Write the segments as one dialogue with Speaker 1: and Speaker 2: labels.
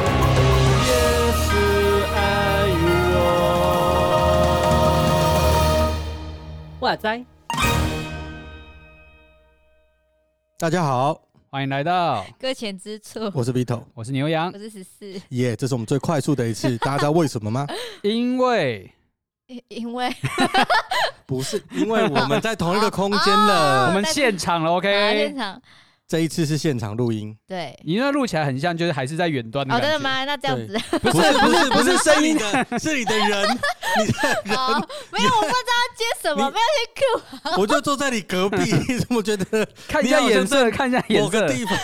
Speaker 1: 也是爱我。哇塞！
Speaker 2: 大家好，
Speaker 1: 欢迎来到，
Speaker 3: 搁浅之处。
Speaker 2: 我是 Vito，
Speaker 1: 我是牛羊
Speaker 3: 我，是十四，
Speaker 2: 耶这是我们最快速的一 次，大家知道为什么吗？
Speaker 1: 因为
Speaker 3: 因因为
Speaker 2: 不是，因为我们在同一个空间
Speaker 1: 我
Speaker 3: 哦
Speaker 2: 了。
Speaker 1: 们现场了
Speaker 3: 啊现
Speaker 1: ，OK。
Speaker 3: 场
Speaker 2: 这一次是现场录音，
Speaker 3: 对。
Speaker 1: 你那录起来很像，就是还是在远端的
Speaker 3: 哦，
Speaker 1: 感
Speaker 3: 真
Speaker 1: 觉。
Speaker 3: 的吗？那这样子，
Speaker 2: 不是不是不是声音的，是你的 人，
Speaker 3: 好，哦 没有，我不知道要接什
Speaker 2: 你
Speaker 3: 么，没有
Speaker 2: 我就坐在你隔 壁，怎么觉得
Speaker 1: 看一下颜色，看一下颜
Speaker 2: 某个
Speaker 1: 色。
Speaker 2: 地方？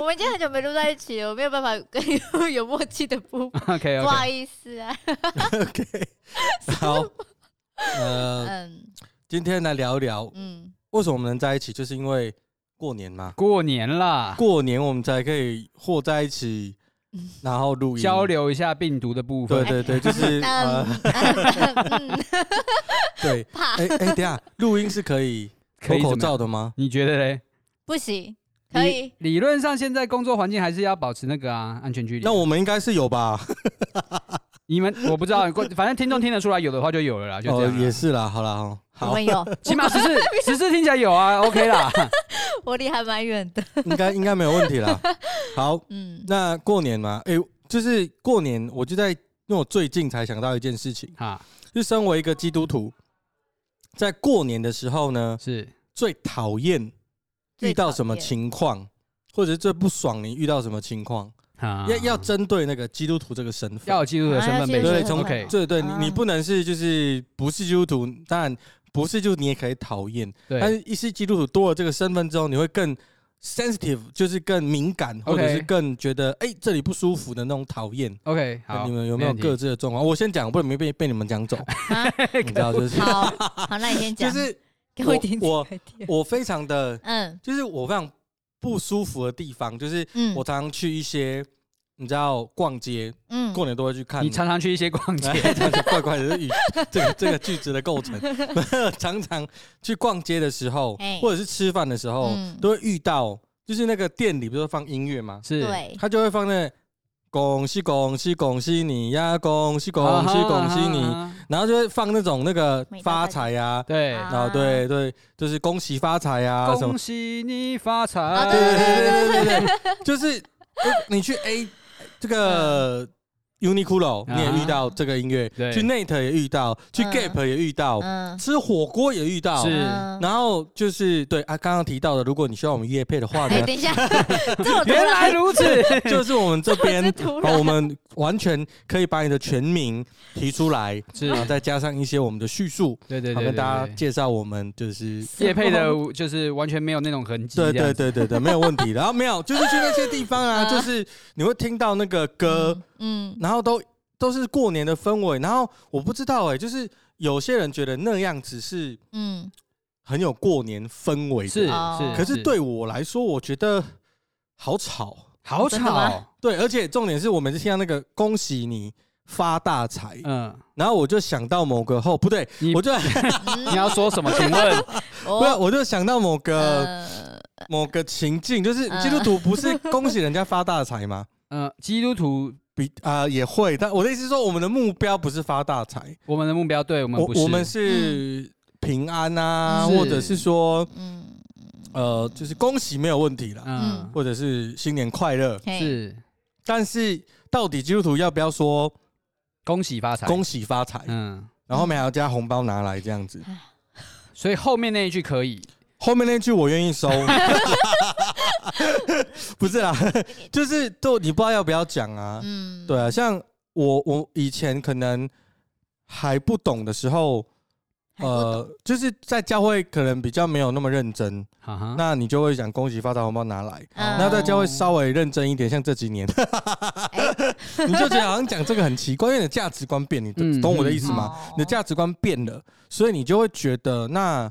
Speaker 3: 我们已经很久没录在一起了，我没有办法跟你有有默契的部分，
Speaker 1: OK
Speaker 3: 不好
Speaker 1: OK，
Speaker 3: 意思啊。
Speaker 2: OK，好，呃，
Speaker 3: 嗯
Speaker 2: 今天来聊一聊
Speaker 3: 嗯，
Speaker 2: 为什么我们能在一起，就是因为过年嘛。
Speaker 1: 过年啦，
Speaker 2: 过年我们才可以和在一起，然后录音
Speaker 1: 交。流一下病毒的部
Speaker 2: 对
Speaker 1: 分。
Speaker 2: 对对， 就是呃，
Speaker 3: 嗯嗯
Speaker 2: 对，
Speaker 3: 怕
Speaker 2: 哎哎，等一下，录音是可以
Speaker 1: 可
Speaker 2: 脱
Speaker 1: 以
Speaker 2: 口
Speaker 1: 怎么样？
Speaker 2: 罩的吗？
Speaker 1: 你觉得嘞？
Speaker 3: 不行，可以
Speaker 1: 理。理论上，现在工作环境还是要保持那个啊安全距离。
Speaker 2: 那我们应该是有吧？
Speaker 1: 你们我不知道，过反正听众听得出来，有的话就有了啦，就这样啦。啊
Speaker 2: 哦也是啦，好啦，哦
Speaker 3: 我
Speaker 2: 好，
Speaker 3: 们有，
Speaker 1: 起码十四十四听起来有啊，OK 啦。
Speaker 3: 我离还蛮远 的。
Speaker 2: 应该应该没有问题 啦。好，
Speaker 3: 嗯，
Speaker 2: 那过年嘛，哎，就是过年，我就在，因为我最近才想到一件事情，
Speaker 1: 啊，
Speaker 2: 就身为一个基督徒，在过年的时候呢，
Speaker 1: 是
Speaker 2: 最讨厌遇到什么情况，或者是最不爽你遇到什么情况，
Speaker 1: 啊，
Speaker 2: 要要针对那个基督徒这个身份
Speaker 1: 要。有基督的身份背
Speaker 2: 对，
Speaker 1: 景
Speaker 2: 从
Speaker 1: ，OK，
Speaker 2: 对对，你你
Speaker 3: 啊
Speaker 2: 不能是就是不是基督徒，当然不是就你也可以讨厌，但
Speaker 1: 对
Speaker 2: 是一是基督徒多了这个身份之后，你会更 sensitive，就是更敏感，或者是更觉得哎、这里不舒服的那种讨厌。
Speaker 1: ，OK，好，
Speaker 2: 你们有没有
Speaker 1: 问题
Speaker 2: 各自的状 况？我先讲，不然没被被你们讲走，
Speaker 3: 啊
Speaker 2: 你知道就是
Speaker 3: 好好，那你 先
Speaker 2: 就
Speaker 3: 讲，
Speaker 2: 是
Speaker 3: 给我一点
Speaker 2: 我
Speaker 3: 点点
Speaker 2: 我非常的，
Speaker 3: 嗯
Speaker 2: 就是我非常不舒服的地方，就是
Speaker 3: 嗯，
Speaker 2: 我常常去一些。你知道逛街，
Speaker 3: 嗯
Speaker 2: 过年都会去看。
Speaker 1: 你常常去一些 逛
Speaker 2: 哎
Speaker 1: 街
Speaker 2: 怪怪的这 语，这个这个句子的构成， 常常去逛街的时候
Speaker 3: 哎，
Speaker 2: 或者是吃饭的时候，
Speaker 3: 嗯
Speaker 2: 都会遇到，就是那个店里不哦是放音乐吗？
Speaker 1: 是，
Speaker 3: 对，
Speaker 2: 他就会放那恭喜恭喜恭喜你呀，恭喜恭喜恭喜
Speaker 1: 啊
Speaker 2: 你，
Speaker 1: 哈，啊哈
Speaker 2: 然后就会放那种那个
Speaker 3: 每到
Speaker 2: 发财呀，
Speaker 1: 对，
Speaker 3: 啊
Speaker 2: 然后对对，就是恭喜发财呀什么
Speaker 1: 恭，喜你发财，
Speaker 2: 对
Speaker 3: 啊
Speaker 2: 对对对对对 对，就是你去 A 这个 Uniqlo 你也遇到这个音乐，
Speaker 1: 嗯啊对
Speaker 2: 去 Net 也遇到，去
Speaker 3: 嗯
Speaker 2: Gap 也遇到，
Speaker 3: 嗯，
Speaker 2: 吃火锅也遇到。
Speaker 1: 是
Speaker 3: 嗯
Speaker 2: 然后就是对啊，刚刚提到的，如果你需要我们夜配的话
Speaker 3: 哎，
Speaker 2: 呢，
Speaker 3: 等一 下，这么突
Speaker 1: 原来
Speaker 3: 然，
Speaker 1: 如此，
Speaker 2: 就是我们这边
Speaker 3: 这突然
Speaker 2: 哦，我们完全可以把你的全名提出来，
Speaker 1: 是
Speaker 2: 然后再加上一些我们的叙述，
Speaker 1: 对对对
Speaker 2: 好
Speaker 1: 对
Speaker 2: 跟大
Speaker 1: 对
Speaker 2: 家。介绍我们就是。
Speaker 1: 叶配的，就是完全没有那种痕迹，
Speaker 2: 对
Speaker 1: 这样
Speaker 2: 对
Speaker 1: 子
Speaker 2: 对对对，没有问题。 然后没有，就是去那些地方啊，
Speaker 3: 嗯
Speaker 2: 就是你会听到那个
Speaker 3: 음,
Speaker 2: 歌，
Speaker 3: 嗯，
Speaker 2: 然后都都是过年的氛围。然后我不知道哎、就是有些人觉得那样子是
Speaker 3: 嗯
Speaker 2: 很有过年氛围的，
Speaker 1: 是
Speaker 3: 哦
Speaker 1: 是，
Speaker 2: 可是对我来说，我觉得好吵。
Speaker 1: 好
Speaker 3: 真的吗
Speaker 1: 吵，
Speaker 2: 对，而且重点是我每次听到那个“恭喜你发大财”，
Speaker 1: 嗯，
Speaker 2: 然后我就想到某个哦后不对
Speaker 1: 你，哦
Speaker 2: 我就
Speaker 3: 嗯，
Speaker 1: 你要说什么？请问
Speaker 2: 不是，
Speaker 3: 我
Speaker 2: 我就想到某个
Speaker 3: 呃，
Speaker 2: 某个情境，就是
Speaker 1: 嗯
Speaker 2: 基督徒 不是恭喜人家发大财吗？
Speaker 1: 呃，基督徒，
Speaker 2: 比啊也会，但我的意思是说，我们的目标不是发大财，
Speaker 1: 我们的目标，对我们
Speaker 2: 我
Speaker 1: 不是，
Speaker 2: 我们是平安啊，
Speaker 1: 是
Speaker 2: 或者是说
Speaker 3: 嗯
Speaker 2: 呃，就是恭喜没有问题啦，
Speaker 1: 嗯
Speaker 2: 或者是新年快乐。
Speaker 3: 嘿
Speaker 1: 是
Speaker 2: 但是到底基督徒要不要说
Speaker 1: 恭喜发财，
Speaker 2: 恭喜发财，
Speaker 1: 嗯，
Speaker 2: 然后后面还要加红包拿来这样子？
Speaker 1: 所以后面那一句可以，
Speaker 2: 后面那句我愿意收， 不是啦， 就是都你不知道要不要讲啊？
Speaker 3: 嗯，
Speaker 2: 对啊，像我我以前可能还不懂的时候，
Speaker 3: 还不懂，
Speaker 2: 呃，就是在教会可能比较没有那么认真，
Speaker 1: 哈哈，
Speaker 2: 那你就会想恭喜发财红包拿来。
Speaker 3: 嗯
Speaker 2: 那在教会稍微认真一点，像这几年，
Speaker 3: 哎
Speaker 2: 你就觉得好像讲这个很奇怪，因为你的价值观变，你
Speaker 1: 嗯
Speaker 2: 懂懂我的意思吗？
Speaker 3: 哦
Speaker 2: 你的价值观变了，所以你就会觉得那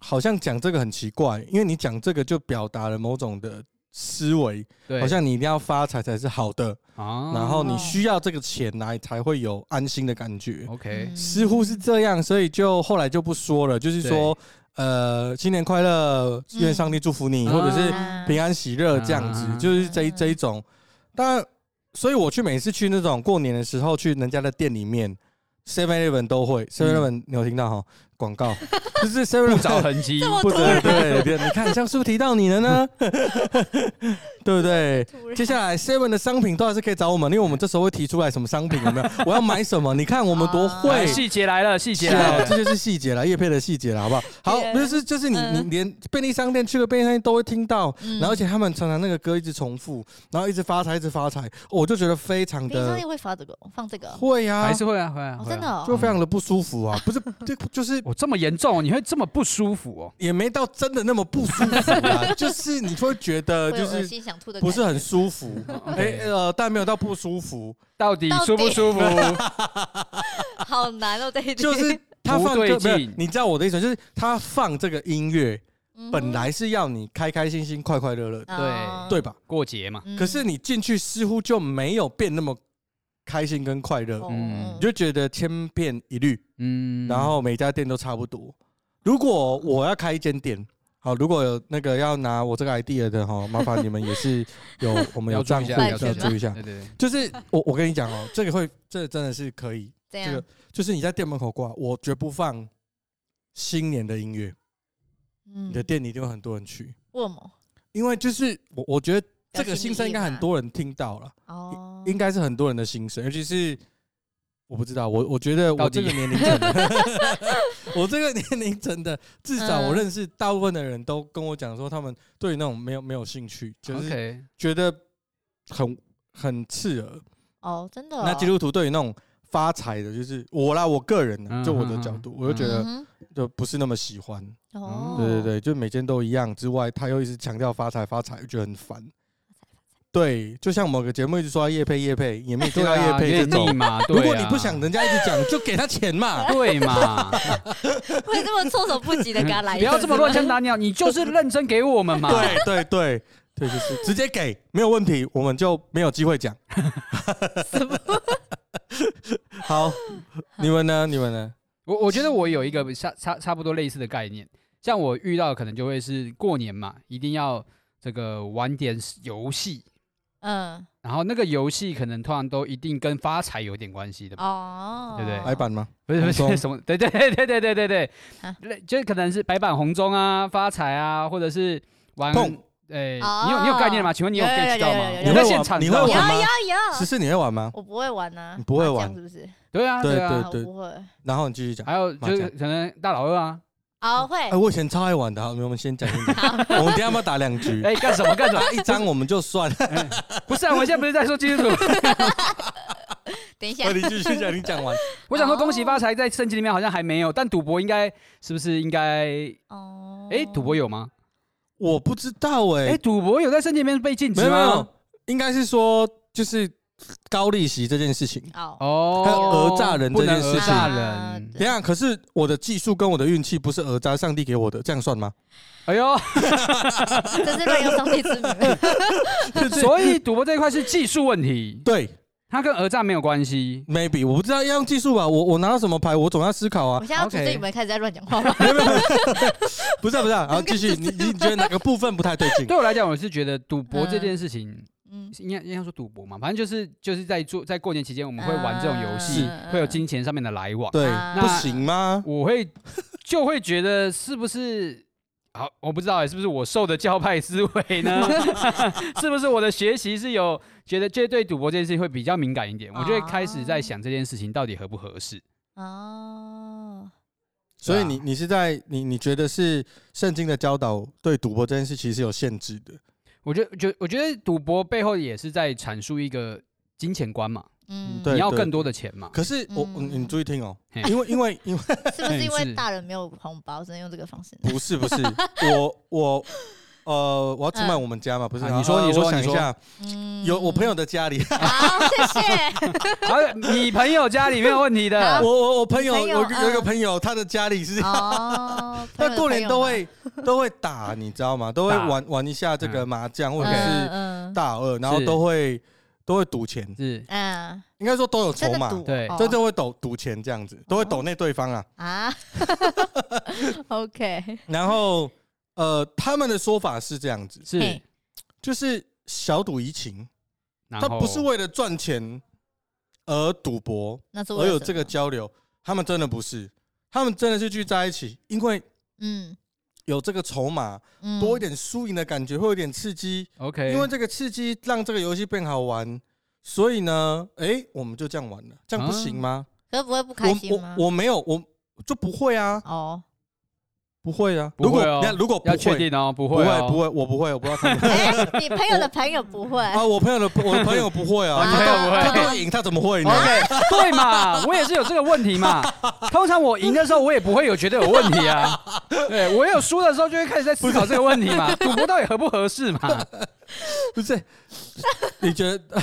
Speaker 2: 好像讲这个很奇怪，因为你讲这个就表达了某种的思维，
Speaker 1: 对，
Speaker 2: 好像你一定要发财才是好的，
Speaker 1: 啊，
Speaker 2: 然后你
Speaker 3: 哦
Speaker 2: 需要这个钱来才会有安心的感觉。
Speaker 1: OK，
Speaker 2: 似乎是这样，所以就后来就不说了，就是说，呃，新年快乐，愿上帝祝福你，
Speaker 1: 嗯
Speaker 2: 或者是
Speaker 3: 啊
Speaker 2: 平安喜乐这样子，
Speaker 1: 嗯
Speaker 2: 就是这一这一种。当然，所以我去每次去那种过年的时候，去人家的店里面，Seven Eleven 都会，Seven Eleven 你有听到哈 广告，就是 Seven
Speaker 1: 嗯不着
Speaker 2: Eleven
Speaker 1: 痕迹
Speaker 3: 这，么
Speaker 2: 不
Speaker 3: 突
Speaker 2: 得
Speaker 3: 然，
Speaker 2: 对对，你看像是不是提到你 了呢？对不对？
Speaker 3: 突然
Speaker 2: 接下来 Seven 的商品都还是可以找我们，因为我们这时候会提出来什么商品有没有？我要买什么？你看我们多
Speaker 1: 来
Speaker 2: 会，
Speaker 1: 细节来了，细节
Speaker 2: 是啊
Speaker 1: 来
Speaker 2: 这
Speaker 1: 了，
Speaker 2: 就是细节了，叶配的细节了，好不好？好，
Speaker 3: 对啊
Speaker 2: 就是就是你你
Speaker 3: 嗯
Speaker 2: 连便利商店去个便利商店都会听到，
Speaker 3: 嗯
Speaker 2: 然后而且他们常常那个歌一直重复，然后一直发财，一直发财，哦我就觉得非常
Speaker 3: 平常
Speaker 2: 的
Speaker 3: 也会发这个，放这个，
Speaker 2: 会呀
Speaker 1: 还，是会啊，会啊，
Speaker 3: 哦
Speaker 1: 会啊
Speaker 3: 真的哦
Speaker 2: 就非常的不舒服啊，不是 就就是
Speaker 1: 哦，这么严重，你会这么不舒服哦？
Speaker 2: 也没到真的那么不舒服 啊，就是你会觉得
Speaker 3: 会有
Speaker 2: 就
Speaker 3: 恶
Speaker 2: 是
Speaker 3: 心想吐的感觉，嗯
Speaker 2: 不是很舒服，哎
Speaker 1: OK
Speaker 2: 呃，但没有到不舒服，
Speaker 1: 到底
Speaker 3: 到底
Speaker 1: 舒不舒 服？
Speaker 3: 好难哦，这一题
Speaker 2: 就是他
Speaker 1: 不
Speaker 2: 放
Speaker 1: 对
Speaker 2: 歌，没有
Speaker 1: 劲
Speaker 2: 你知道我的意思，就是他放这个音乐
Speaker 3: 嗯
Speaker 2: 本来是要你开开心心、快快乐乐的，
Speaker 3: 啊
Speaker 2: 对吧？
Speaker 1: 过节嘛，
Speaker 3: 嗯
Speaker 2: 可是你进去似乎就没有变那么开心跟快乐，
Speaker 3: 哦
Speaker 1: 嗯
Speaker 2: 你就觉得千篇一律，
Speaker 1: 嗯，
Speaker 2: 然后每家店都差不多。如果我要开一间店，好，如果有那个要拿我这个 idea 的哈，麻烦你们也是 有我们有
Speaker 1: 要注
Speaker 2: 账
Speaker 1: 意一
Speaker 2: 户
Speaker 1: 下
Speaker 2: 要
Speaker 3: 要注意一下
Speaker 2: 注意一下。
Speaker 1: 对对对，
Speaker 2: 就是我我跟你讲哦，这个会这真的是可以，
Speaker 3: 这
Speaker 2: 这
Speaker 3: 样
Speaker 2: 个，就是你在店门口挂，我绝不放新年的音乐，
Speaker 3: 嗯
Speaker 2: 你的店一定会很多人去，
Speaker 3: 为什么？
Speaker 2: 因为就是我我觉得这个
Speaker 3: 表心
Speaker 2: 心声
Speaker 3: 意
Speaker 2: 应该很
Speaker 3: 嘛
Speaker 2: 多人听到了。
Speaker 3: 哦，
Speaker 2: 应该是很多人的心声，尤其是我不知道，我我觉得我
Speaker 1: 到底
Speaker 2: 这个年龄 层的， 我这个年龄层的，至少我认识大部分的人都跟我讲说，他们对那种没有没有兴趣，就是
Speaker 1: OK，
Speaker 2: 觉得很很刺耳。
Speaker 3: 哦，真的哦，
Speaker 2: 那基督徒对于那种发财的，就是我啦，我个人呢，
Speaker 1: 嗯
Speaker 2: 就我的角度，我就觉得
Speaker 3: 嗯
Speaker 2: 就不是那么喜欢。
Speaker 3: 哼哦，
Speaker 2: 对对对，就每间都一样之外，他又一直强调发财发财，就觉得很烦。对，就像某个节目一直说叶配叶配，也没有接
Speaker 1: 对
Speaker 2: 到叶
Speaker 1: 啊，
Speaker 2: 配
Speaker 1: 有
Speaker 2: 这
Speaker 1: 点
Speaker 2: 种
Speaker 1: 腻。嘛，对
Speaker 2: 如果你
Speaker 1: 啊
Speaker 2: 不想人家一直讲，就给他钱嘛。
Speaker 1: 对嘛，
Speaker 3: 会这么措手不及的给他来一
Speaker 1: 不 要
Speaker 3: 个
Speaker 1: 这 么乱枪打鸟，你就是认真给我们嘛。
Speaker 2: 对对对对，就是直接给，没有问题，我们就没有机会讲。好，你们呢？你们呢？
Speaker 1: 我我觉得我有一个差差差不多类似的概念，像我遇到的可能就会是过年嘛，一定要这个玩点游戏，
Speaker 3: 嗯
Speaker 1: 然后那个游戏可能通常都一定跟发财有点关系的吧，
Speaker 3: 哦，
Speaker 1: 对不对
Speaker 2: 白板吗？
Speaker 1: 不是不
Speaker 2: 红
Speaker 1: 是
Speaker 2: 中
Speaker 1: 什么，对对对对对对对对
Speaker 3: 啊，
Speaker 1: 类就是可能是白板红中啊、发财啊，或者是玩
Speaker 2: 碰。
Speaker 1: 哎，
Speaker 3: 哦
Speaker 1: 你有你有概念吗？请问你有
Speaker 3: 有有
Speaker 1: get 到吗？
Speaker 3: 有有
Speaker 2: 有
Speaker 3: 有
Speaker 1: 哎在
Speaker 2: 有
Speaker 1: 现场
Speaker 2: 你
Speaker 1: 知道
Speaker 2: 会
Speaker 3: 有
Speaker 1: 吗
Speaker 2: 玩吗
Speaker 3: 有有
Speaker 2: 十，四你会玩吗？
Speaker 3: 我不会玩啊，
Speaker 2: 你不会
Speaker 3: 麻将
Speaker 2: 玩
Speaker 3: 是不是？
Speaker 1: 对啊
Speaker 2: 对
Speaker 1: 对啊
Speaker 2: 对，
Speaker 3: 我不会，
Speaker 2: 然后你继续讲。
Speaker 1: 还有就是
Speaker 2: 麻
Speaker 1: 可能大老二啊，
Speaker 3: 哦会
Speaker 2: 哎，，我以前超爱玩的，好，我们先讲先讲。
Speaker 3: 好，
Speaker 2: 我们等一下要不要打两局？
Speaker 1: 哎干什么干什么？
Speaker 2: 打一张我们就算。
Speaker 1: 不是啊，我现在不是在说基 督徒，
Speaker 3: 等一下
Speaker 2: 我，你继续讲，你讲完。
Speaker 1: 我想说恭
Speaker 3: 哦
Speaker 1: 喜发财在圣经里面好像还没有，但赌博应该是不是应该？
Speaker 3: 哦，
Speaker 1: 哎，赌博有吗？
Speaker 2: 我不知道哎、
Speaker 1: 哎，赌博有在圣经里面被禁
Speaker 2: 没
Speaker 1: 止
Speaker 2: 有没
Speaker 1: 吗
Speaker 2: 有？，应该是说就是高利息这件事情。
Speaker 3: 哦，
Speaker 1: 哦，
Speaker 2: 还有讹诈人
Speaker 1: 不
Speaker 2: 这件
Speaker 1: 能
Speaker 2: 事
Speaker 1: 讹
Speaker 2: 情
Speaker 1: 诈
Speaker 3: 啊
Speaker 1: 人。
Speaker 2: 等一下，可是我的技术跟我的运气不是讹诈，上帝给我的，这样 算吗？
Speaker 1: 哎 呦，
Speaker 3: 这是乱用上帝 之名，
Speaker 1: 所以赌博这一块是技术问 题，
Speaker 2: 对
Speaker 1: 它跟讹诈没有关系。
Speaker 2: ，maybe 我不知道要用技术吧，我我拿到什么牌，我总要思考
Speaker 3: 我
Speaker 2: 啊。
Speaker 3: 现在要阻
Speaker 1: OK
Speaker 3: 止你们开始在乱讲话吗？
Speaker 2: 没有没有，没有不是啊不 是啊，然后继续，你你觉得哪个部分不太对劲？
Speaker 1: 对我来讲，我是觉得赌博这件事情，
Speaker 3: 嗯，
Speaker 1: 应该应该说赌博嘛，反正就是就是在做在过年期间，我们会玩这种游戏
Speaker 3: 嗯嗯，
Speaker 1: 会有金钱上面的来往。
Speaker 2: 对，
Speaker 3: 啊
Speaker 2: 不行吗？
Speaker 1: 我会就会觉得是不是好，我不知道欸是不是我受的教派思维呢？ 是不是我的学习是有觉得，就对赌博这件事情会比较敏感一点？我就会开始在想这件事情到底合不合适。
Speaker 3: 哦，
Speaker 2: 所以你你是在你你觉得是圣经的教导对赌博这件事其实是有限制的，
Speaker 1: 我觉得，觉我觉得赌博背后也是在阐述一个金钱观嘛，
Speaker 3: 嗯，
Speaker 2: 对
Speaker 1: 你要更多的钱嘛。
Speaker 2: 可是我我
Speaker 3: 嗯
Speaker 2: 你注意听哦
Speaker 1: 嘿，
Speaker 2: 因为因为 因为。
Speaker 3: 是不是因
Speaker 1: 嗯是
Speaker 3: 为大人没有红包，只能用这个方式？
Speaker 2: 不是不是，我我呃，我要出卖我们家嘛，不是？
Speaker 1: 啊
Speaker 2: 然后
Speaker 1: 你说
Speaker 2: 呃
Speaker 1: 你说
Speaker 2: 我想
Speaker 1: 你
Speaker 2: 一
Speaker 1: 说
Speaker 2: 下，
Speaker 3: 嗯
Speaker 2: 有我朋友的家里，
Speaker 3: 好，谢 谢。
Speaker 1: 好，你朋友家里没有问题
Speaker 2: 我
Speaker 1: 的，
Speaker 2: 我我朋友，
Speaker 3: 你朋友
Speaker 2: 我有一个
Speaker 3: 嗯
Speaker 2: 朋友，他的家里是，
Speaker 3: 哦，
Speaker 2: 他过年都
Speaker 3: 朋友
Speaker 2: 会 都会打，你知道吗？都会
Speaker 1: 打嗯
Speaker 2: 玩玩一下这个麻将或
Speaker 3: 的
Speaker 2: 者
Speaker 3: 朋友嘛，
Speaker 2: 是
Speaker 3: 嗯嗯
Speaker 2: 大二，然后
Speaker 1: 是
Speaker 2: 都会都会赌钱，
Speaker 1: 是
Speaker 3: 嗯，
Speaker 2: 应该说都有筹
Speaker 3: 真的
Speaker 2: 码，
Speaker 3: 赌
Speaker 1: 对
Speaker 3: 哦
Speaker 2: 真正会抖赌钱这样子，都会抖内对方啊。
Speaker 3: 啊 ，OK，
Speaker 2: 然后呃，他们的说法是这样子，
Speaker 1: 是
Speaker 3: 嘿，
Speaker 2: 就是小赌怡情，
Speaker 1: 然
Speaker 2: 他
Speaker 1: 后
Speaker 2: 不是为了赚钱而赌博，
Speaker 3: 那是为
Speaker 2: 而
Speaker 3: 了
Speaker 2: 有
Speaker 3: 什
Speaker 2: 这个
Speaker 3: 么，
Speaker 2: 交流，他们真的不是，他们真的是聚在一起，因为
Speaker 3: 嗯
Speaker 2: 有这个筹码，
Speaker 3: 嗯，
Speaker 2: 多一点输赢的感觉，会有点刺激，
Speaker 1: OK，
Speaker 2: 因为这个刺激让这个游戏变好玩。所以呢，诶，我们就这样玩了，这样不行吗？
Speaker 3: 可是不会
Speaker 1: 啊
Speaker 3: 不开
Speaker 2: 我
Speaker 3: 心吗？
Speaker 2: 我我没有，我就不会啊，
Speaker 3: 哦，
Speaker 2: 不会啊。
Speaker 1: 不会
Speaker 2: 如果
Speaker 1: 哦
Speaker 2: 你看，如果不
Speaker 1: 要确
Speaker 2: 会，
Speaker 1: 定哦，不
Speaker 2: 不
Speaker 1: 会
Speaker 2: 会，
Speaker 1: 哦
Speaker 2: 不会，我不会，我不知道 他们
Speaker 3: 哎，你朋友的朋友不会，
Speaker 2: 啊。我朋友的我的朋友不会 啊，
Speaker 1: 啊
Speaker 2: 他
Speaker 1: 你朋友不会
Speaker 2: 他 他都会赢，他怎么会呢？
Speaker 1: OK，对 嘛，我也是有这个问题嘛。通常我赢的时候，我也不会有觉得有问题 啊。对我有输的时候，就会开始在思考这个问题嘛，赌博到底合不合适嘛？
Speaker 2: 不是，你觉得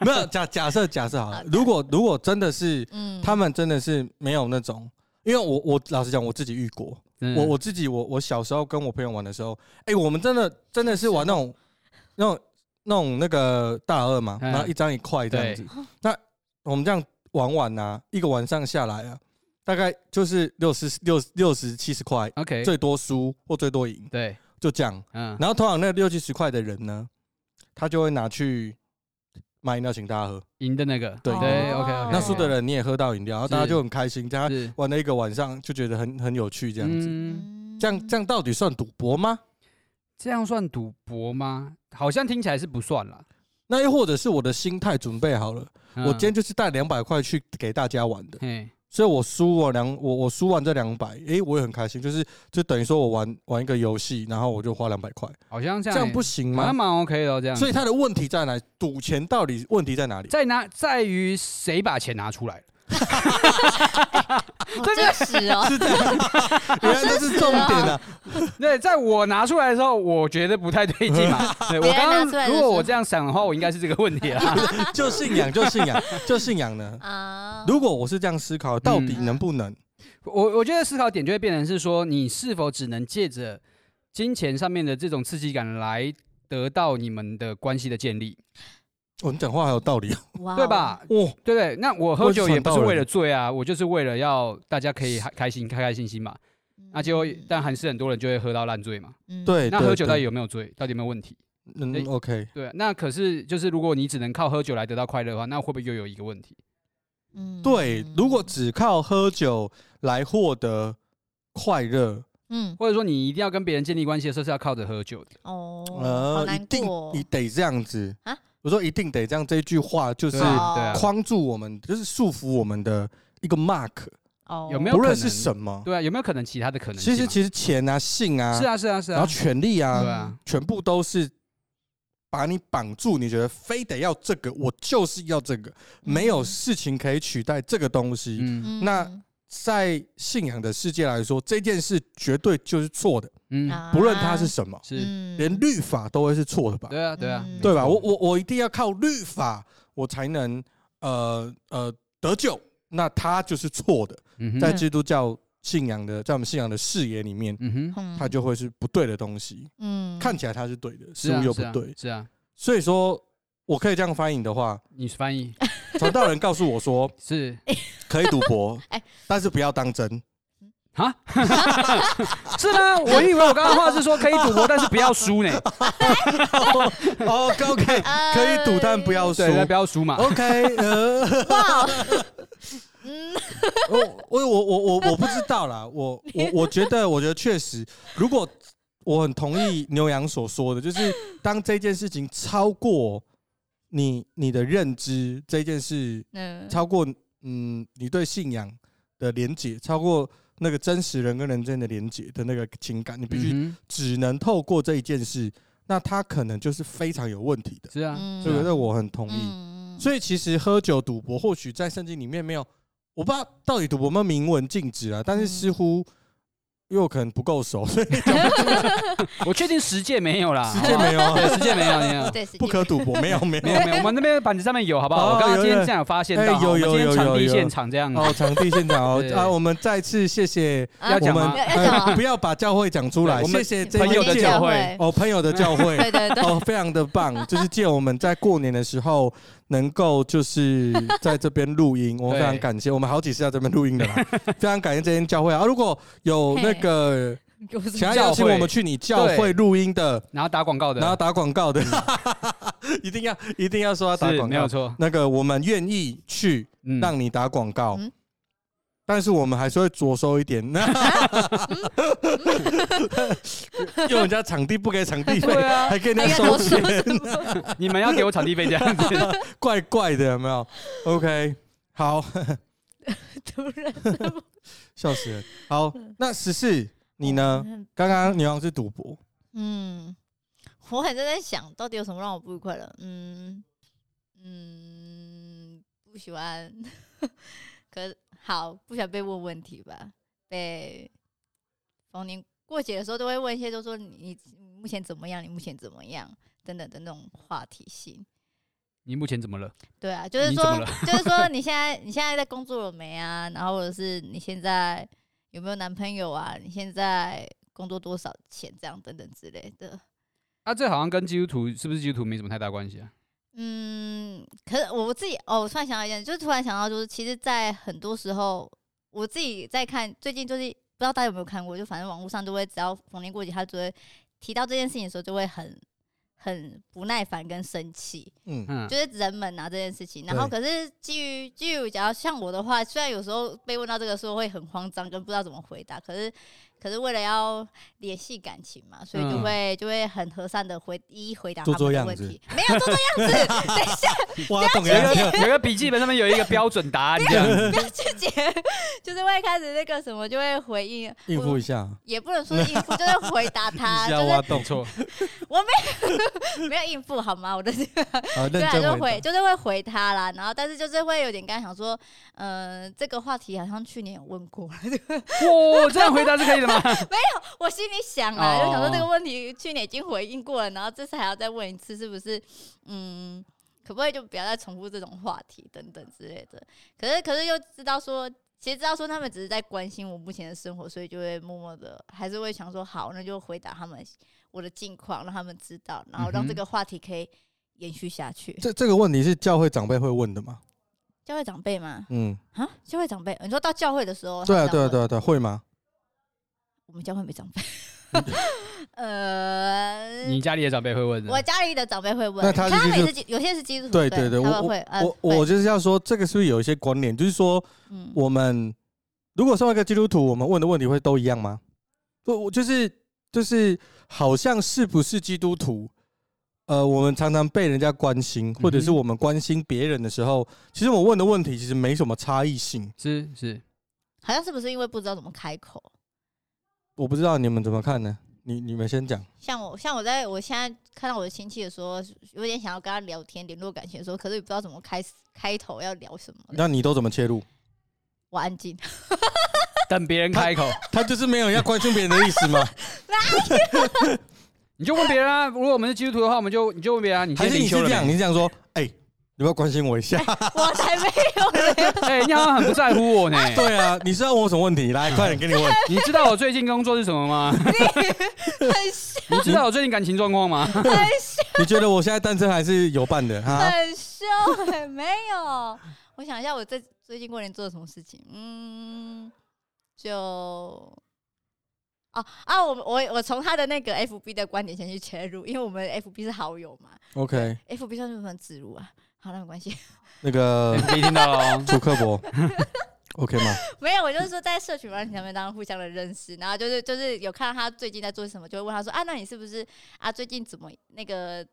Speaker 2: 没有假假设假设好
Speaker 1: 啊
Speaker 2: 了
Speaker 3: 好，
Speaker 2: 如果如果真的是
Speaker 3: 嗯，
Speaker 2: 他们真的是没有那种，因为我我老实讲我自己遇过，
Speaker 1: 嗯
Speaker 2: 我我自己我我小时候跟我朋友玩的时候，哎，我们真的真的是玩那种那种那种那个大二嘛，
Speaker 1: 嗯
Speaker 2: 然后一张一块这样子，那我们这样玩玩呐，一个晚上下来啊，大概就是六十六六十七十块，
Speaker 1: OK
Speaker 2: 最多输或最多赢
Speaker 1: 对，
Speaker 2: 就这样。
Speaker 1: 嗯，
Speaker 2: 然后通常那六七十块的人呢，他就会拿去买饮料请大家喝，
Speaker 1: 赢的那个
Speaker 2: 对
Speaker 1: 对
Speaker 3: 哦
Speaker 1: OK OK，
Speaker 2: 那输的人你也喝到饮料，然后大家
Speaker 1: 是
Speaker 2: 就很开心，大家
Speaker 1: 是
Speaker 2: 玩了一个晚上就觉得很很有趣
Speaker 1: 这
Speaker 2: 这样
Speaker 1: 子，
Speaker 2: 子。
Speaker 3: 嗯
Speaker 2: 这样这样到底算赌博吗？
Speaker 1: 这样算赌博吗？好像听起来是不算啦。
Speaker 2: 那又或者是我的心态准备好了，
Speaker 1: 嗯
Speaker 2: 我今天就是带两百块去给大家玩的，
Speaker 1: 嘿
Speaker 2: 所以我输我两我我输完这两百，诶，我也很开心，就是就等于说我玩玩一个游戏，然后我就花两百块，
Speaker 1: 好像这
Speaker 2: 这
Speaker 1: 样
Speaker 2: 样不
Speaker 1: 行
Speaker 2: 行
Speaker 1: 好像
Speaker 2: 吗？
Speaker 1: 蛮 OK 的哦，这样子。
Speaker 2: 所以他的问题在哪？赌钱到底问题在哪里？
Speaker 1: 在拿在于谁把钱拿出来了。
Speaker 3: 好真 实哦，
Speaker 2: 是这样，原来这是重点啊！
Speaker 1: 对，在我拿出来的时候，我觉得不太对劲 嘛。对我
Speaker 3: 别人拿
Speaker 1: 刚
Speaker 3: 出来
Speaker 1: 刚
Speaker 3: 的
Speaker 1: 如
Speaker 3: 时
Speaker 1: 果
Speaker 3: 候
Speaker 1: 我这样想的话，我应该是这个问题啊。
Speaker 2: 就信仰，就信仰，就信仰呢。
Speaker 3: 啊，
Speaker 2: 如果我是这样思考，到
Speaker 1: 嗯
Speaker 2: 底能不能？
Speaker 1: 我我觉得思考点就会变成是说，你是否只能借着金钱上面的这种刺激感来得到你们的关系的建立，
Speaker 2: 我们讲话还有道理哦
Speaker 3: 哇哦
Speaker 1: 对？吧？
Speaker 2: 哦。
Speaker 1: 对不对？那我
Speaker 2: 我
Speaker 1: 喝
Speaker 2: 是
Speaker 1: 酒
Speaker 2: 传
Speaker 1: 也不是
Speaker 2: 道人
Speaker 1: 为了醉啊，我就是为了要大家可以开开心、开开心心嘛。那结果，但还是很多人就会喝到烂醉嘛。
Speaker 3: 嗯，
Speaker 2: 对，
Speaker 1: 那
Speaker 2: 对
Speaker 1: 喝酒到底
Speaker 2: 对
Speaker 1: 有没有醉？到底有没有问题？
Speaker 2: 嗯
Speaker 1: 哎
Speaker 2: ，OK，
Speaker 1: 对，那可是就是如果你只能靠喝酒来得到快乐的话，那会不会又有一个问题？
Speaker 3: 嗯
Speaker 2: 对。如果只靠喝酒来获得快乐，
Speaker 3: 嗯
Speaker 1: 或者说你一定要跟别人建立关系的时候是要靠着喝酒的？
Speaker 3: 哦，好
Speaker 2: 呃，一
Speaker 3: 难
Speaker 2: 定
Speaker 3: 过
Speaker 2: 你得这样子
Speaker 3: 啊
Speaker 2: 我说一定得这样，这一句话就是
Speaker 1: 对啊
Speaker 3: 哦
Speaker 2: 框住我们，就是束缚我们的一个 mark，
Speaker 3: 哦，
Speaker 1: 有没有
Speaker 2: 不论
Speaker 1: 可能
Speaker 2: 是什么。
Speaker 1: 对啊，有没有可能其他的可能性
Speaker 2: 其
Speaker 1: 嘛？
Speaker 2: 实，其实钱啊、性啊，
Speaker 1: 是啊，是啊，是
Speaker 2: 然后
Speaker 1: 啊，
Speaker 2: 权利啊，
Speaker 1: 对啊，
Speaker 2: 全部都是把你绑住，你觉得非得要这个，我就是要这个，没有事情可以取代这个东西。
Speaker 1: 嗯
Speaker 2: 那
Speaker 3: 嗯
Speaker 2: 在信仰的世界来说，这件事绝对就是错的，
Speaker 1: 嗯，
Speaker 3: 啊
Speaker 2: 不论它是什么，
Speaker 1: 是，
Speaker 3: 嗯
Speaker 2: 连律法都会是错的吧？
Speaker 1: 对啊，对啊，
Speaker 3: 嗯
Speaker 2: 对吧？
Speaker 1: 没
Speaker 2: 我
Speaker 1: 错
Speaker 2: 我我一定要靠律法，我才能呃呃得救，那它就是错的，
Speaker 1: 嗯哼
Speaker 2: 在基督教信仰的在我们信仰的视野里面，
Speaker 1: 嗯哼，
Speaker 3: 嗯
Speaker 2: 它就会是不对的东西。
Speaker 3: 嗯
Speaker 2: 看起来它是对的，
Speaker 1: 是
Speaker 2: 似
Speaker 1: 啊
Speaker 2: 乎又不
Speaker 1: 是啊
Speaker 2: 对。
Speaker 1: 是 啊，
Speaker 2: 所以说我可以这样翻译的话，
Speaker 1: 你翻 译
Speaker 2: 传道人告诉我说
Speaker 1: 是
Speaker 2: 可以赌博
Speaker 3: 哎，
Speaker 2: 但是不要当真。
Speaker 1: 啊？ 是吗？我以为我刚刚话是说可以赌博，但是不要输 呢。
Speaker 2: 哦，OK，
Speaker 3: 哎
Speaker 2: 可以赌，但不要输哦
Speaker 1: 对，。那不要输嘛。
Speaker 2: OK，呃，
Speaker 3: 哇哦，嗯
Speaker 2: 我呃我我我我我不知道啦， 我我我觉得，我觉得确实，如果我很同意牛羊所说的，就是当这件事情超过你你的认知，这件事
Speaker 3: 嗯，
Speaker 2: 超过嗯你对信仰的连结，超过那个真实人跟人之间的连结的那个情感，你必须
Speaker 1: 嗯
Speaker 2: 只能透过这一件事，那它可能就是非常有问题的
Speaker 1: 哼，。是啊，
Speaker 3: 嗯
Speaker 2: 这个这我很同意。
Speaker 3: 嗯
Speaker 2: 所以其实喝酒赌博，或许在圣经里面没有，我不知道到底赌博有没有明文禁止啊，但是似乎因为我可能不够熟， 所以
Speaker 1: 我确定十届没有啦，
Speaker 2: 时间没有
Speaker 1: 好不好
Speaker 2: 啊，
Speaker 1: 对十届没有，没有。
Speaker 3: 对，时
Speaker 2: 不
Speaker 3: 间
Speaker 2: 可赌博，没有没
Speaker 1: 没
Speaker 2: 有。
Speaker 1: 有没有，我们那边板子上面有，好不好？
Speaker 2: 哦
Speaker 1: 我刚刚今
Speaker 2: 有
Speaker 1: 天
Speaker 2: 有
Speaker 1: 这样发现到，
Speaker 2: 哎
Speaker 1: 哈我
Speaker 2: 有
Speaker 1: 们今
Speaker 2: 有
Speaker 1: 天场
Speaker 2: 有
Speaker 1: 地
Speaker 2: 有
Speaker 1: 现场这样，
Speaker 2: 哦，场地现
Speaker 1: 对
Speaker 2: 场哦
Speaker 1: 对对
Speaker 2: 啊，我们再次谢谢
Speaker 3: 啊
Speaker 1: 要
Speaker 2: 我
Speaker 1: 讲
Speaker 2: 们
Speaker 1: 吗，
Speaker 3: 要要讲
Speaker 2: 呃
Speaker 3: 吗
Speaker 2: 不要把教会讲出来，
Speaker 1: 我们
Speaker 2: 谢谢这
Speaker 1: 朋友
Speaker 2: 一
Speaker 1: 的
Speaker 2: 届
Speaker 1: 教会
Speaker 3: 会，
Speaker 2: 哦，朋友的教 会，
Speaker 3: 对对对，
Speaker 2: 哦，非常的棒，就是借我们在过年的时候能够就是在这边录音，我们
Speaker 1: 对
Speaker 2: 非常感谢，我们好几次在这边录音的啦，非常感谢这间教会啊。如果有那个
Speaker 3: 有什么
Speaker 2: 想要邀请
Speaker 1: 教会
Speaker 2: 我们去你教会录音的，
Speaker 1: 然后打广告的，
Speaker 2: 然后打广告的， 一定要一定要说要打
Speaker 1: 嗯是
Speaker 2: 广
Speaker 1: 没有
Speaker 2: 告，
Speaker 1: 错，
Speaker 2: 那个我们愿意去
Speaker 1: 嗯，
Speaker 2: 让你打广告
Speaker 3: 嗯。
Speaker 2: 但是我们还是会着收一点， 用人家场地不给场地费
Speaker 1: 对，啊，
Speaker 2: 还给人
Speaker 3: 应
Speaker 2: 家
Speaker 3: 该
Speaker 2: 收
Speaker 3: 多说
Speaker 2: 钱，
Speaker 3: 什么？
Speaker 1: 你们要给我场地费这样子，
Speaker 2: 怪怪的，有没有？OK，好，
Speaker 3: 突然
Speaker 2: 笑死人。好，那十四你呢？？刚刚牛羊是赌博，
Speaker 3: 嗯，我很正在想到底有什么让我不愉快了。嗯嗯，不喜欢， 可是好不想被问问题吧？被逢年过节的时候都会问一些，都说你你目前怎么样？你目前怎么样？等等的那种话题性。
Speaker 1: 你目前怎么了？
Speaker 3: 对啊，就是
Speaker 1: 你怎么
Speaker 3: 说，就是说，你现在你现在在工作了没啊？然后或者是你现在有没有男朋友啊？你现在工作多少钱？这样等等之类的。
Speaker 1: 啊，这好像跟基督徒是不是基督徒没什么太大关系啊？
Speaker 3: 嗯，可是我自己哦，我突然想到一件，就是突然想到，就是其实，在很多时候，我自己在看，最近就是不知道大家有没有看过，就反正网络上都会，只要逢年过节，他就会提到这件事情的时候，就会很很不耐烦跟生气。
Speaker 2: 嗯，
Speaker 1: 嗯，
Speaker 3: 就是人们拿这件事情，然后可是基于基于假如像我的话，虽然有时候被问到这个时候会很慌张，跟不知道怎么回答，可是可是为了要联系感情嘛，所以就
Speaker 1: 嗯
Speaker 3: 会、就会很和善的回一一回答
Speaker 2: 做
Speaker 3: 他们
Speaker 2: 做
Speaker 3: 的
Speaker 2: 样
Speaker 3: 问
Speaker 2: 子
Speaker 3: 题，没有做做样 子，等一下
Speaker 2: 挖洞
Speaker 1: 有一
Speaker 2: 呀，
Speaker 1: 个有一个笔记本上面有一个标准答案，这样
Speaker 3: 不要去解， 就是会开始那个什么就会回应
Speaker 2: 应付
Speaker 3: 我
Speaker 2: 一下，
Speaker 3: 也不能说应付，就是回答 他，
Speaker 2: 一
Speaker 3: 啊就
Speaker 2: 下挖
Speaker 3: 是
Speaker 2: 洞
Speaker 1: 没，错，
Speaker 3: 没有应付好吗？我的
Speaker 2: 好，认
Speaker 3: 对啊，
Speaker 2: 真
Speaker 3: 就
Speaker 2: 回答。
Speaker 3: 回就是会回他啦，然后但是就是会有点刚才想说，嗯，这个话题好像去年有问过了，
Speaker 1: 哇，这样回答是可以的 吗？
Speaker 3: 我心里想啊，就想说
Speaker 1: 哦
Speaker 3: 这个问题去年已经回应过了，然后这次还要再问一次，是不是？嗯，可不可以就不要再重复这种话题等等之类的？可是可是又知道说，其实知道说他们只是在关心我目前的生活，所以就会默默的还是会想说，好，那就回答他们我的近况，让他们知道，然后让这
Speaker 1: 嗯哼
Speaker 3: 个话题可以延续下去。
Speaker 2: 这这个问题是教会长辈会问的吗？
Speaker 3: 教会长辈吗？
Speaker 2: 嗯，
Speaker 3: 啊，教会长辈，你说到教会的时候，
Speaker 2: 对啊，
Speaker 3: 他们
Speaker 2: 对啊，
Speaker 3: 长辈
Speaker 2: 对啊，对啊，会吗？
Speaker 3: 我们教会没长辈。 呃，
Speaker 1: 你家里的长辈会问的，
Speaker 3: 我家里的长辈会
Speaker 2: 嗯
Speaker 3: 问，
Speaker 2: 那他
Speaker 3: 可
Speaker 2: 是
Speaker 3: 们也
Speaker 2: 就是
Speaker 3: 基有些是基督徒，
Speaker 2: 对
Speaker 3: 对
Speaker 2: 对对，
Speaker 3: 他
Speaker 2: 我
Speaker 3: 们会，呃
Speaker 2: 我
Speaker 3: 会
Speaker 2: 我我就是要说，这个是不是有一些关联？就是说，
Speaker 3: 嗯，
Speaker 2: 我们如果身为一个基督徒，我们问的问题会都一样吗？不，我就是就是，好像是不是基督徒？呃，我们常常被人家关心，或者是
Speaker 1: 嗯哼
Speaker 2: 我们关心别人的时候，其实我问的问题其实没什么差异性。
Speaker 1: 是是，
Speaker 3: 好像是不是因为不知道怎么开口？
Speaker 2: 我不知道你们怎么看呢？你你们先讲。
Speaker 3: 像我，像我在我现在看到我的亲戚的时候，有点想要跟他聊天、联络感情的时候，可是也不知道怎么开始开头要聊什么，
Speaker 1: 呃
Speaker 2: 那你都怎么切入？
Speaker 3: 我 安静。
Speaker 1: 等别人开口，
Speaker 2: 他就是没有要关心别人的意思吗？
Speaker 1: 你就问别人啊。如果我们是基督徒的话，我们就你就问别 人啊，你今
Speaker 2: 还
Speaker 1: 天
Speaker 2: 是
Speaker 1: 灵
Speaker 2: 你是
Speaker 1: 修了
Speaker 2: 这样？
Speaker 1: 没？
Speaker 2: 你是这样说？哎、你要不要关心我 一下？
Speaker 3: 我才没有嘞，
Speaker 1: 哎，你好像很不在乎我呢。
Speaker 2: 对啊，你是要问我什么问题？来，快点给 你问。
Speaker 1: 你知道我最近工作是什么 吗？
Speaker 3: 很
Speaker 1: 你
Speaker 3: 像
Speaker 1: 知道我最近感情状况吗？
Speaker 2: 你觉得我现在单身还是有伴的？哈，
Speaker 3: 很凶哎、没有。我想一下，我最最近过年做了什么事情？嗯，就哦啊，我我我从他的那个 FB 的观点先去切入，因为我们 FB 是好友嘛
Speaker 2: OK，
Speaker 3: ，FB 算是不算植入啊？好，那没关系。
Speaker 2: 那个
Speaker 1: 没听到哦。
Speaker 2: 楚克伯，OK 吗？
Speaker 3: 没有，我就是说在社群软体上面，当然互相的认识，然后就是就是有看到他最近在做什么，就会问他说啊，那你是不是啊最近怎么那个，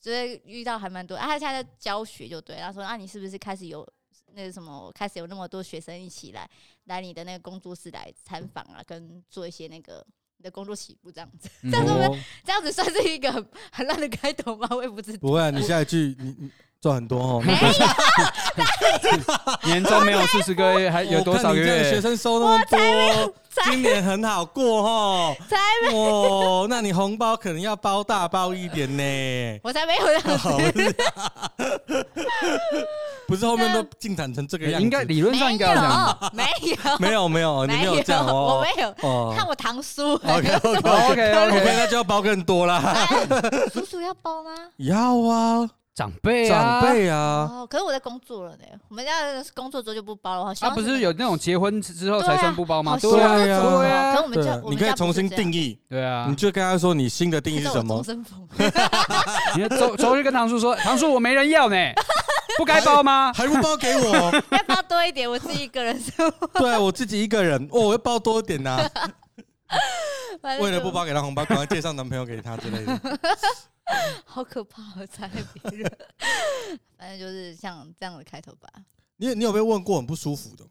Speaker 3: 就是遇到还蛮多啊，他现在在教学就对，然后说啊你是不是开始有那个什么，开始有那么多学生一起来来你的那个工作室来参访啊，跟做一些那个。你的工作起步这样子，
Speaker 1: 嗯
Speaker 3: 但是我们这样子算是一个很很烂的开头吗？我也不知道。
Speaker 2: 不会、啊，你下一句你你赚很多哦。
Speaker 3: 没有，
Speaker 1: 年终没有四十个月，还有多少个
Speaker 2: 哦我看你这样学
Speaker 1: 月？
Speaker 2: 生收那么多，今年很好过哦。
Speaker 3: 才
Speaker 2: 哦，那你红包可能要包大包一点呢。
Speaker 3: 我才没有这 样
Speaker 2: 好，
Speaker 3: 子，
Speaker 2: 不是后面都进展成这个样
Speaker 1: 哎
Speaker 2: 子，
Speaker 1: 应该理论上
Speaker 3: 没
Speaker 1: 应该要这样。
Speaker 3: 有，没有，
Speaker 2: 没有没有，你
Speaker 3: 没
Speaker 2: 有这样
Speaker 3: 我
Speaker 2: 哦。
Speaker 3: 没有。
Speaker 2: 哦
Speaker 3: 看我堂叔，
Speaker 2: ，OK OK
Speaker 3: 哦
Speaker 1: OK
Speaker 2: OK，
Speaker 1: OK，
Speaker 2: 那就要包更多啦。
Speaker 3: 哎叔叔要包吗？
Speaker 2: 要啊，
Speaker 1: 长辈啊
Speaker 2: 长辈啊，
Speaker 3: 哦，可是我在工作了呢。我们家工作之后就不包了，好
Speaker 1: 啊，
Speaker 3: 像
Speaker 1: 不是有那种结婚之后才算不包吗？
Speaker 3: 对
Speaker 1: 对
Speaker 2: 啊
Speaker 1: 啊，
Speaker 2: 对啊
Speaker 1: 对啊
Speaker 3: 可是我们家
Speaker 2: 对，你可以重新定
Speaker 3: 义
Speaker 2: 义，
Speaker 1: 对啊
Speaker 2: 你，就跟他说你新的定义是什么
Speaker 3: 终。身 风，
Speaker 1: 你看 周周就跟唐叔说，唐叔我没人要呢，不该包吗？
Speaker 2: 还不包给我？
Speaker 3: 要包多一点，我自己一个人生活。
Speaker 2: 对啊我自己一个人，哦，我要包多一点呐、
Speaker 3: 反正
Speaker 2: 为了
Speaker 3: 就
Speaker 2: 不，包给他红包，赶快介绍男朋友给他之类的。
Speaker 3: 好可怕哦，残害别人。反正就是像这样的开头吧。
Speaker 2: 你你有被问过很不舒服的吗？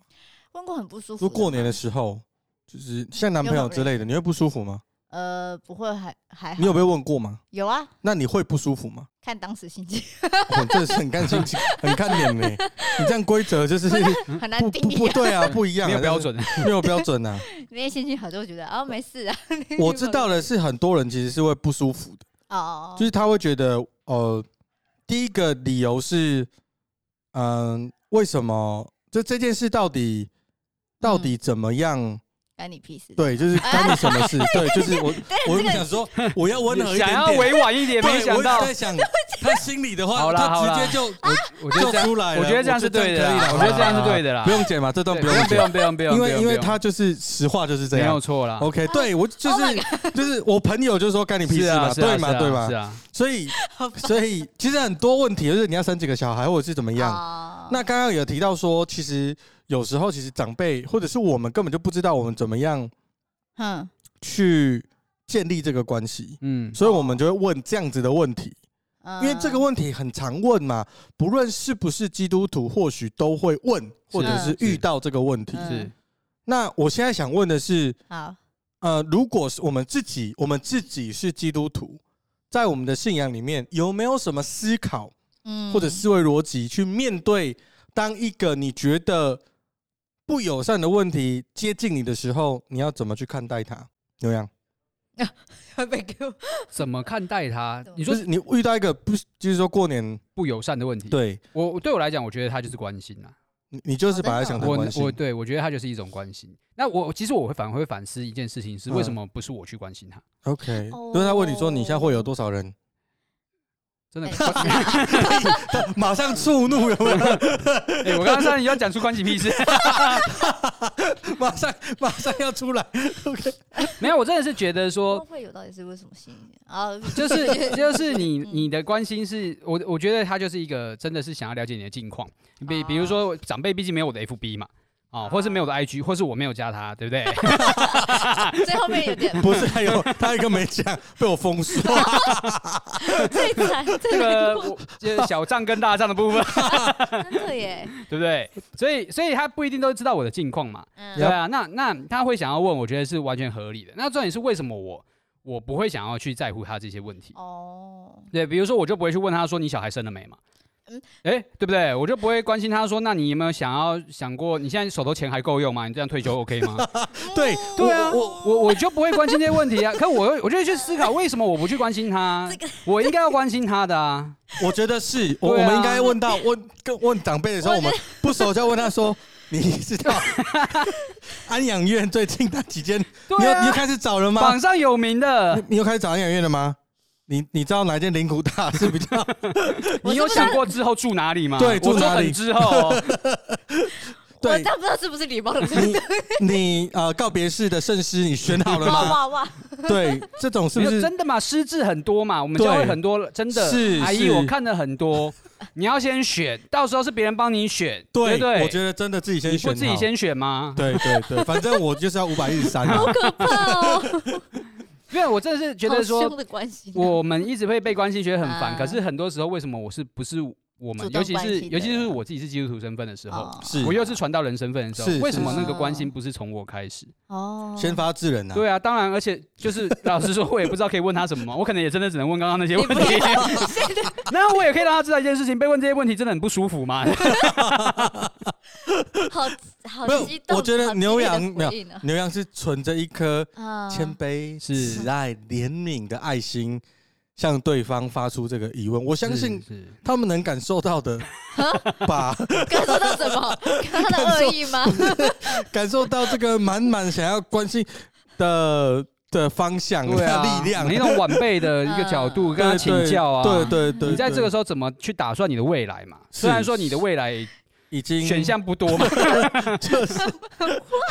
Speaker 3: 问过很不舒服
Speaker 2: 就
Speaker 3: 的吗。
Speaker 2: 过年的时候，就是像男朋友之类的，你会不舒服吗？
Speaker 3: 呃，不会还还好
Speaker 2: 你有被问过吗？
Speaker 3: 有啊？
Speaker 2: 那你会不舒服吗？
Speaker 3: 看当时心情
Speaker 2: 我、真的是很看心情，很看脸呢、你这样规则就是
Speaker 3: 很难
Speaker 2: 嗯不
Speaker 3: 定
Speaker 2: 不
Speaker 3: 义
Speaker 2: 不
Speaker 3: 啊。
Speaker 2: 对啊， 不一样、啊，
Speaker 1: 没有标，准，
Speaker 2: 没有标准啊。
Speaker 3: 那天心情好就觉得哦没事啊。
Speaker 2: 我知道的是，很多人其实是会不舒服的，
Speaker 3: 哦，
Speaker 2: 就是他会觉得，呃，第一个理由是，嗯、为什么？就这件事到底到底怎么样？
Speaker 3: 干你屁事。
Speaker 2: 对，就是干你什么事？对，就是 我，我想说，我要温和一点
Speaker 1: 想要
Speaker 2: 点。
Speaker 1: 委婉一点，
Speaker 2: 对
Speaker 1: 没想到
Speaker 2: 我一直在，想他心里的话，
Speaker 1: 好啦好
Speaker 2: 他
Speaker 1: 啦
Speaker 2: 直接就
Speaker 1: 我觉
Speaker 2: 就
Speaker 1: 得这样，
Speaker 2: 出来了。
Speaker 1: 我觉得这样是对的啦，我
Speaker 2: 就
Speaker 1: 觉得这样是
Speaker 2: 可以
Speaker 1: 对的啦
Speaker 2: 不，用剪嘛，这段
Speaker 1: 对不
Speaker 2: 不用
Speaker 1: 用不
Speaker 2: 剪，
Speaker 1: 用不用不用，
Speaker 2: 因
Speaker 1: 不
Speaker 2: 为
Speaker 1: 用
Speaker 2: 因为
Speaker 1: 不用
Speaker 2: 他就是实话就是这
Speaker 1: 没有
Speaker 2: 样。
Speaker 1: 错啦，
Speaker 2: OK，对我就是
Speaker 3: Oh my
Speaker 2: 就是我朋友就说干你屁
Speaker 1: 是
Speaker 2: 事嘛，
Speaker 1: 啊是啊
Speaker 2: 对
Speaker 1: 是
Speaker 2: 嘛
Speaker 1: 啊
Speaker 2: 对
Speaker 1: 是
Speaker 2: 嘛，
Speaker 1: 啊，
Speaker 2: 所 以所以其实很多问题就是你要生几个小孩或者是怎么样，
Speaker 3: 哦
Speaker 2: 那刚刚有提到说，其实有时候其实长辈或者是我们根本就不知道我们怎么样
Speaker 3: 嗯，
Speaker 2: 去建立这个关系，
Speaker 1: 嗯，
Speaker 2: 所以我们就会问这样子的问题，因为这个
Speaker 3: 嗯
Speaker 2: 问题很常问嘛，不论是不是基督徒，或许都会问，或者是遇到这个问题。
Speaker 3: 嗯
Speaker 1: 是
Speaker 2: 那我现在想问的是，
Speaker 3: 好，
Speaker 2: 呃，如果是我们自己，我们自己是基督徒，在我们的信仰里面有没有什么思考？
Speaker 3: 嗯，
Speaker 2: 或者思维逻辑去面对当一个你觉得不友善的问题接近你的时候，你要怎么去看待它？牛羊，
Speaker 3: 会被给我
Speaker 1: 怎么看待他？你
Speaker 2: 就
Speaker 1: 说
Speaker 2: 是你遇到一个不是，就是说过年，
Speaker 1: 不友善的问题，
Speaker 2: 对
Speaker 1: 我我对我来讲，我觉得他就是关心啊。
Speaker 2: 你你
Speaker 3: 哦
Speaker 2: 就是把它想成
Speaker 1: 我
Speaker 2: 关
Speaker 1: 我
Speaker 2: 心，
Speaker 1: 对我觉得他就是一种关心。那我其实我会反而会反思一件事情是，为
Speaker 2: 嗯
Speaker 1: 什么不是我去关心他？
Speaker 2: OK，
Speaker 3: 哦
Speaker 2: 就是他问你说你现在会有多少人，
Speaker 1: 真的，
Speaker 3: 哎
Speaker 1: 关
Speaker 2: 马上触怒有没有？
Speaker 1: 哎，我刚刚差点要讲出关系屁事，
Speaker 2: 马上马上要出来，OK，
Speaker 1: 没有，我真的是觉得 说，
Speaker 3: 会有到底是为什么吸引人啊？
Speaker 1: 그 就是就是你
Speaker 3: 嗯
Speaker 1: 你的关心是我我觉得他就是一个真的是想要了解你的近况，比比如说长辈毕竟没有我的 FB 嘛。
Speaker 2: 啊
Speaker 1: 哦，或是没有我的 IG，或是我没有加他，对不对？
Speaker 3: 最后面有点
Speaker 2: 不是还有他一个没讲被我封 锁，
Speaker 3: 最惨，
Speaker 1: 这
Speaker 3: 这
Speaker 2: 哎
Speaker 1: 个我就是小账跟大账的部分，
Speaker 3: 真的耶，
Speaker 1: 对不对？所以，所以他不一定都知道我的近况嘛。对
Speaker 3: 嗯，
Speaker 1: 啊，那那他会想要问，我觉得是完全合理的。那重点是为什么我我不会想要去在乎他这些问题？
Speaker 3: 哦，
Speaker 1: 对，比如说我就不会去问他说你小孩生了没嘛，嗯
Speaker 3: 嗯，
Speaker 1: 哎、对不对？我就不会关心他说，那你有没有想要想过，你现在手头钱还够用吗？你这样退休 OK 吗？
Speaker 2: 对
Speaker 1: 对啊，
Speaker 2: 我
Speaker 1: 我我我就不会关心这些问题啊。可我又我就会去思考，为什么我不去关心他？我应该要关心他的啊。
Speaker 2: 我觉得是 我、
Speaker 1: 对啊
Speaker 2: 我们应该问到问跟问长辈的时候，我
Speaker 3: 我觉
Speaker 2: 们
Speaker 3: 得
Speaker 2: 不熟就要问他说：“你知 道安养院最近那几间， 你
Speaker 1: 对
Speaker 2: 又你
Speaker 1: 啊，
Speaker 2: 又开始找人吗
Speaker 1: 榜？上有名的
Speaker 2: 你，你又开始找安养院了吗？你你知道哪间灵骨塔是比较
Speaker 1: 你有想过之后住哪里吗？
Speaker 2: 对住
Speaker 1: 我说
Speaker 2: 哪里
Speaker 1: 很之后哦、
Speaker 3: 我
Speaker 2: 对
Speaker 3: 真不知道是不是礼貌的问题。
Speaker 2: 你你呃告别式的圣师你选好了
Speaker 3: 哇
Speaker 2: 吗？
Speaker 3: 哇哇！
Speaker 2: 对，这种 是
Speaker 1: 没
Speaker 2: 不
Speaker 1: 有
Speaker 2: 是？
Speaker 1: 真的嘛？失智很多嘛，我们教会
Speaker 2: 对
Speaker 1: 很多了真的。
Speaker 2: 是
Speaker 1: 阿姨，
Speaker 2: 是
Speaker 1: 我看了很多， 你要先选，到时候是别人帮你选，对
Speaker 2: 对
Speaker 1: 不对，
Speaker 2: 我觉得真的自己先
Speaker 1: 你
Speaker 2: 选
Speaker 1: 不
Speaker 2: 好，
Speaker 1: 自己先选吗？
Speaker 2: 对对对，反正我就是要五百一十三啊。
Speaker 3: 哦，
Speaker 1: 因为我真的是觉
Speaker 3: 好
Speaker 1: 得
Speaker 3: 凶
Speaker 1: 说，
Speaker 3: 的关系，
Speaker 1: 我们一直会被关心，觉得很烦。
Speaker 3: 啊
Speaker 1: 可是很多时候，为什么我是不是我们，
Speaker 3: 主动
Speaker 1: 尤其
Speaker 3: 关
Speaker 1: 是
Speaker 3: 心的
Speaker 1: 尤其是我自己是基督徒身份的时候，
Speaker 3: 哦
Speaker 2: 是
Speaker 1: 我又是传道人身份的时
Speaker 2: 是
Speaker 1: 候，为什么
Speaker 3: 是
Speaker 1: 那个关心
Speaker 3: 是
Speaker 1: 不是从我开始？
Speaker 3: 哦，
Speaker 2: 先发制人啊！
Speaker 1: 对啊，当然，而且就是 老实说，我也不知道可以问他什么嘛，我可能也真的只能问刚刚那些问题。 那我也可以让他知道一件事情，被问这些问题真的很不舒服嘛。
Speaker 3: 好好
Speaker 2: 没有
Speaker 3: 激动，
Speaker 2: 我觉得
Speaker 3: 好激
Speaker 2: 牛
Speaker 3: 烈的
Speaker 2: 羊没有
Speaker 3: 回应哦
Speaker 2: 牛羊是存着一颗
Speaker 3: 啊，
Speaker 2: 谦卑、
Speaker 1: 是
Speaker 2: 慈爱、怜悯的爱心，向对方发出这个疑问。我相信
Speaker 1: 是是
Speaker 2: 他们能感受到 的吧，
Speaker 3: 感受到什么？看他的恶意吗？
Speaker 2: 感受到这个满满想要关心的的方向、
Speaker 1: 对啊，
Speaker 2: 力量
Speaker 1: 你。用晚辈的一个角度跟他
Speaker 2: 对
Speaker 1: 请教啊，
Speaker 2: 嗯对对对，
Speaker 1: 你在这个
Speaker 2: 时
Speaker 1: 时候怎么去打算你的未来嘛？
Speaker 2: 是
Speaker 1: 虽然说你的未来
Speaker 2: 已经
Speaker 1: 选 项不多嘛，
Speaker 2: 就是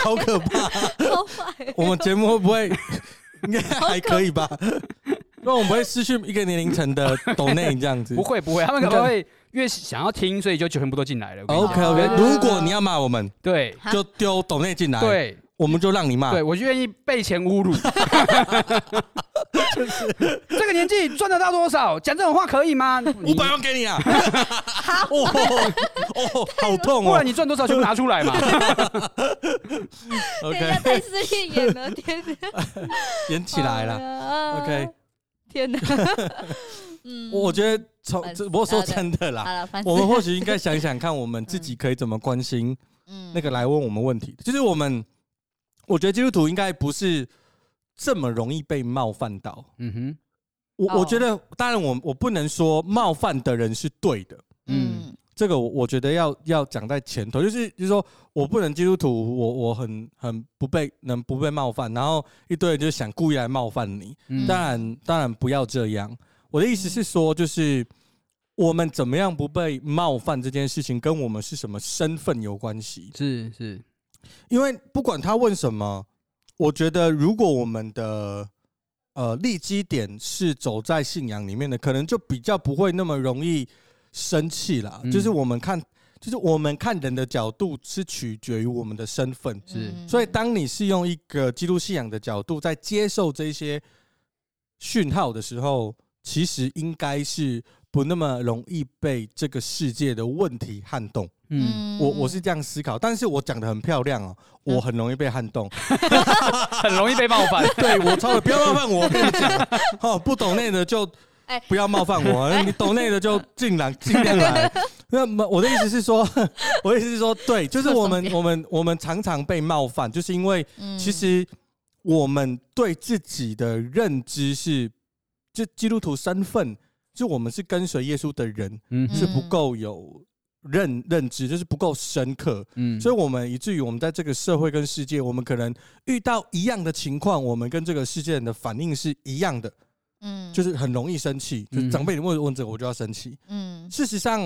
Speaker 2: 好可怕。
Speaker 3: 好
Speaker 1: 欸
Speaker 3: 坏
Speaker 2: 我们节目会 不会应该还可以吧？那我们不会失去一个年龄层的 抖内这样子
Speaker 1: 不。会不会，他们可
Speaker 2: 应
Speaker 1: 能
Speaker 2: 该
Speaker 1: 会越想要听，所以就全部都进来了。我跟你讲
Speaker 2: OK
Speaker 3: 啊
Speaker 2: OK，如果你要骂我们，
Speaker 1: 对
Speaker 3: 哈
Speaker 2: 就丢抖内进来，，
Speaker 1: 对
Speaker 2: 我们就让你骂。
Speaker 1: 对，我就愿意被钱侮 辱。这个年纪赚得到多少？讲这种话可以吗？
Speaker 2: 五
Speaker 1: 你
Speaker 2: 百万给你啊！ 哦哦，好痛
Speaker 1: 不
Speaker 2: 哦
Speaker 1: 然。你赚多少全部拿出 来嘛。
Speaker 3: 等一下
Speaker 2: OK，
Speaker 3: 太撕裂眼了，天哪！
Speaker 2: 演起来了。
Speaker 3: 了
Speaker 2: OK，
Speaker 3: 天 哪！嗯，
Speaker 2: 我觉得从
Speaker 3: 很
Speaker 2: 这我说真的
Speaker 3: 好
Speaker 2: 啦，
Speaker 3: 了，反正
Speaker 2: 我们或许应该想想看，我们自己可以怎么关心
Speaker 3: 嗯
Speaker 2: 那个来问我们问题的。就是我们，我觉得基督徒应该不是这么容易被冒犯到。
Speaker 1: 嗯哼，
Speaker 2: 我、
Speaker 3: 哦
Speaker 2: 我觉得，当然我我不能说冒犯的人是对的，
Speaker 1: 嗯
Speaker 3: 嗯
Speaker 2: 这个我我觉得要要讲在前头，就是就是说我不能基督徒，我我很很不被能不被冒犯，然后一堆人就想故意来冒犯你，
Speaker 1: 嗯
Speaker 2: 当然当然不要这样。我的意思是说，就是我们怎么样不被冒犯这件事情，跟我们是什么身份有关系。
Speaker 1: 是是，
Speaker 2: 因为不管他问什么，我觉得如果我们的呃立基点是走在信仰里面的，可能就比较不会那么容易生气啦。
Speaker 1: 嗯
Speaker 2: 就是我们看，就是我们看人的角度是取决于我们的身份，
Speaker 1: 是
Speaker 3: 嗯
Speaker 2: 所以当你是用一个基督信仰的角度在接受这些讯号的时候，其实应该是不那么容易被这个世界的问题撼动。
Speaker 1: 嗯，
Speaker 2: 我我是这样思考，但是我讲的很漂亮哦，我很容易被撼动。
Speaker 1: 很容易被冒 犯。
Speaker 2: 对我超了，不要冒犯我，我跟你讲，哦，不懂内的就
Speaker 3: 哎
Speaker 2: 不要冒犯我，你懂内的就尽量尽量来。那么我的意思是说， 我的意思是说，对，就是我
Speaker 3: 这
Speaker 2: 们
Speaker 3: 个
Speaker 2: 我们我们常常被冒犯，就是因为
Speaker 3: 嗯
Speaker 2: 其实我们对自己的认知是，就基督徒身份，就我们是跟随耶稣的人，
Speaker 1: 嗯
Speaker 2: 是不够有认认知，就是不够深刻。
Speaker 1: 嗯
Speaker 2: 所以，我们以至于我们在这个社会跟世界，我们可能遇到一样的情况，我们跟这个世界人的反应是一样的，
Speaker 3: 嗯
Speaker 2: 就是很容易生气。
Speaker 1: 嗯
Speaker 2: 就是长辈你问问这个，我就要生气。
Speaker 3: 嗯
Speaker 2: 事实上，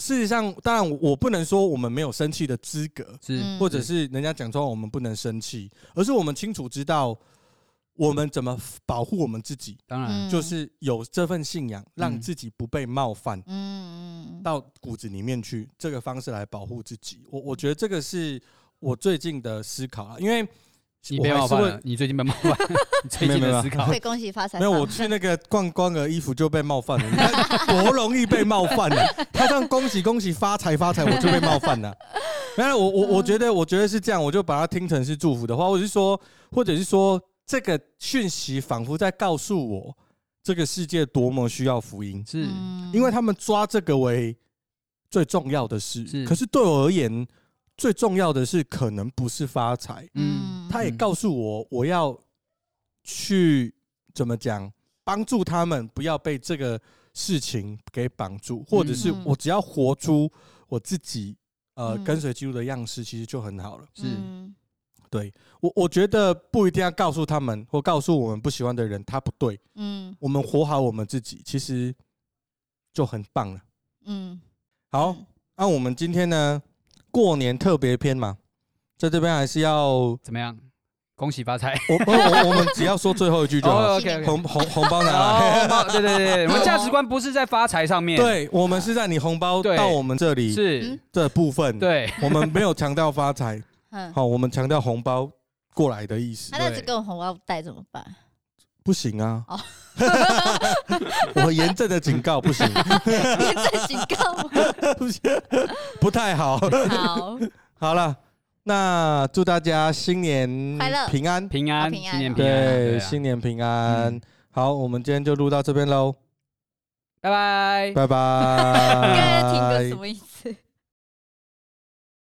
Speaker 2: 事实上，当然我我不能说我们没有生气的资格，
Speaker 1: 是
Speaker 3: 嗯
Speaker 2: 或者是人家讲说我们不能生气，而是我们清楚知道我们怎么保护我们自己，
Speaker 1: 当然，
Speaker 3: 嗯
Speaker 2: 就是有这份信仰，让
Speaker 1: 嗯
Speaker 2: 自己不被冒犯。
Speaker 3: 嗯嗯
Speaker 2: 到骨子里面去，这个方式来保护自己。我我觉得这个是我最近的思考啊，因为
Speaker 1: 你
Speaker 2: 我
Speaker 1: 被
Speaker 2: 还
Speaker 1: 冒
Speaker 2: 是
Speaker 1: 犯
Speaker 2: 会
Speaker 1: 了，你最近被冒犯，你最近
Speaker 2: 没有没
Speaker 1: 的
Speaker 2: 有
Speaker 1: 思考
Speaker 3: 嗯，被恭喜发财
Speaker 2: 没有，我去那个逛光的衣服就被冒犯了，你看多容易被冒犯了。他这样恭喜恭喜发财发财，我就被冒犯了。没有，我我我觉得我觉得是这样，我就把它听成是祝福的话，我是说，或者是说这个讯息仿佛在告诉我，这个世界多么需要福音。
Speaker 1: 是
Speaker 3: 嗯
Speaker 2: 因为他们抓这个为最重要的事。
Speaker 1: 是
Speaker 2: 可是对我而言，最重要的是可能不是发财。
Speaker 1: 嗯
Speaker 2: 他也告诉我，我要去怎么讲，帮助他们不要被这个事情给绑住，或者是
Speaker 3: 嗯
Speaker 2: 我只要活出我自己。呃，
Speaker 3: 嗯
Speaker 2: 跟随基督的样式其实就很好了。
Speaker 1: 是
Speaker 2: 我我觉得不一定要告诉他们，或告诉我们不喜欢的人他不对，
Speaker 3: 嗯
Speaker 2: 我们活好我们自己，其实就很棒了。
Speaker 3: 嗯
Speaker 2: 好，那、我们今天呢，过年特别篇嘛，在这边还是要我
Speaker 1: 怎么样？恭喜发财！
Speaker 2: 我我我们只要说最后一句就好，
Speaker 1: 哦 OK，OK
Speaker 2: 红红红包拿来。
Speaker 1: 哦，对对对，我们价值观不是在发财上面，，
Speaker 2: 对，我们是在你红包
Speaker 1: 对
Speaker 2: 到我们这里
Speaker 1: 是
Speaker 3: 嗯，
Speaker 2: 这部分，
Speaker 1: 对，
Speaker 2: 我们没有强调发 财，
Speaker 3: 嗯，
Speaker 2: 好，我们强调红包过来的意思
Speaker 3: 他。
Speaker 1: 啊
Speaker 3: 那只跟我红包袋怎么办？
Speaker 2: 不行啊
Speaker 3: 哦，
Speaker 2: 我严正的警告，不行，
Speaker 3: 严正警告吗？
Speaker 2: 不行，不太好。
Speaker 3: 好，
Speaker 2: 好了，那祝大家新年
Speaker 3: 快乐
Speaker 2: 平安。
Speaker 1: 平安，
Speaker 3: 好平安
Speaker 1: 新年
Speaker 3: 哦
Speaker 1: 平安，
Speaker 2: 对，
Speaker 1: 啊
Speaker 2: 新年平安。
Speaker 1: 嗯
Speaker 2: 好，我们今天就 录到这边喽，
Speaker 1: 拜拜。
Speaker 2: 拜 拜。
Speaker 3: 刚刚停歌什么意思？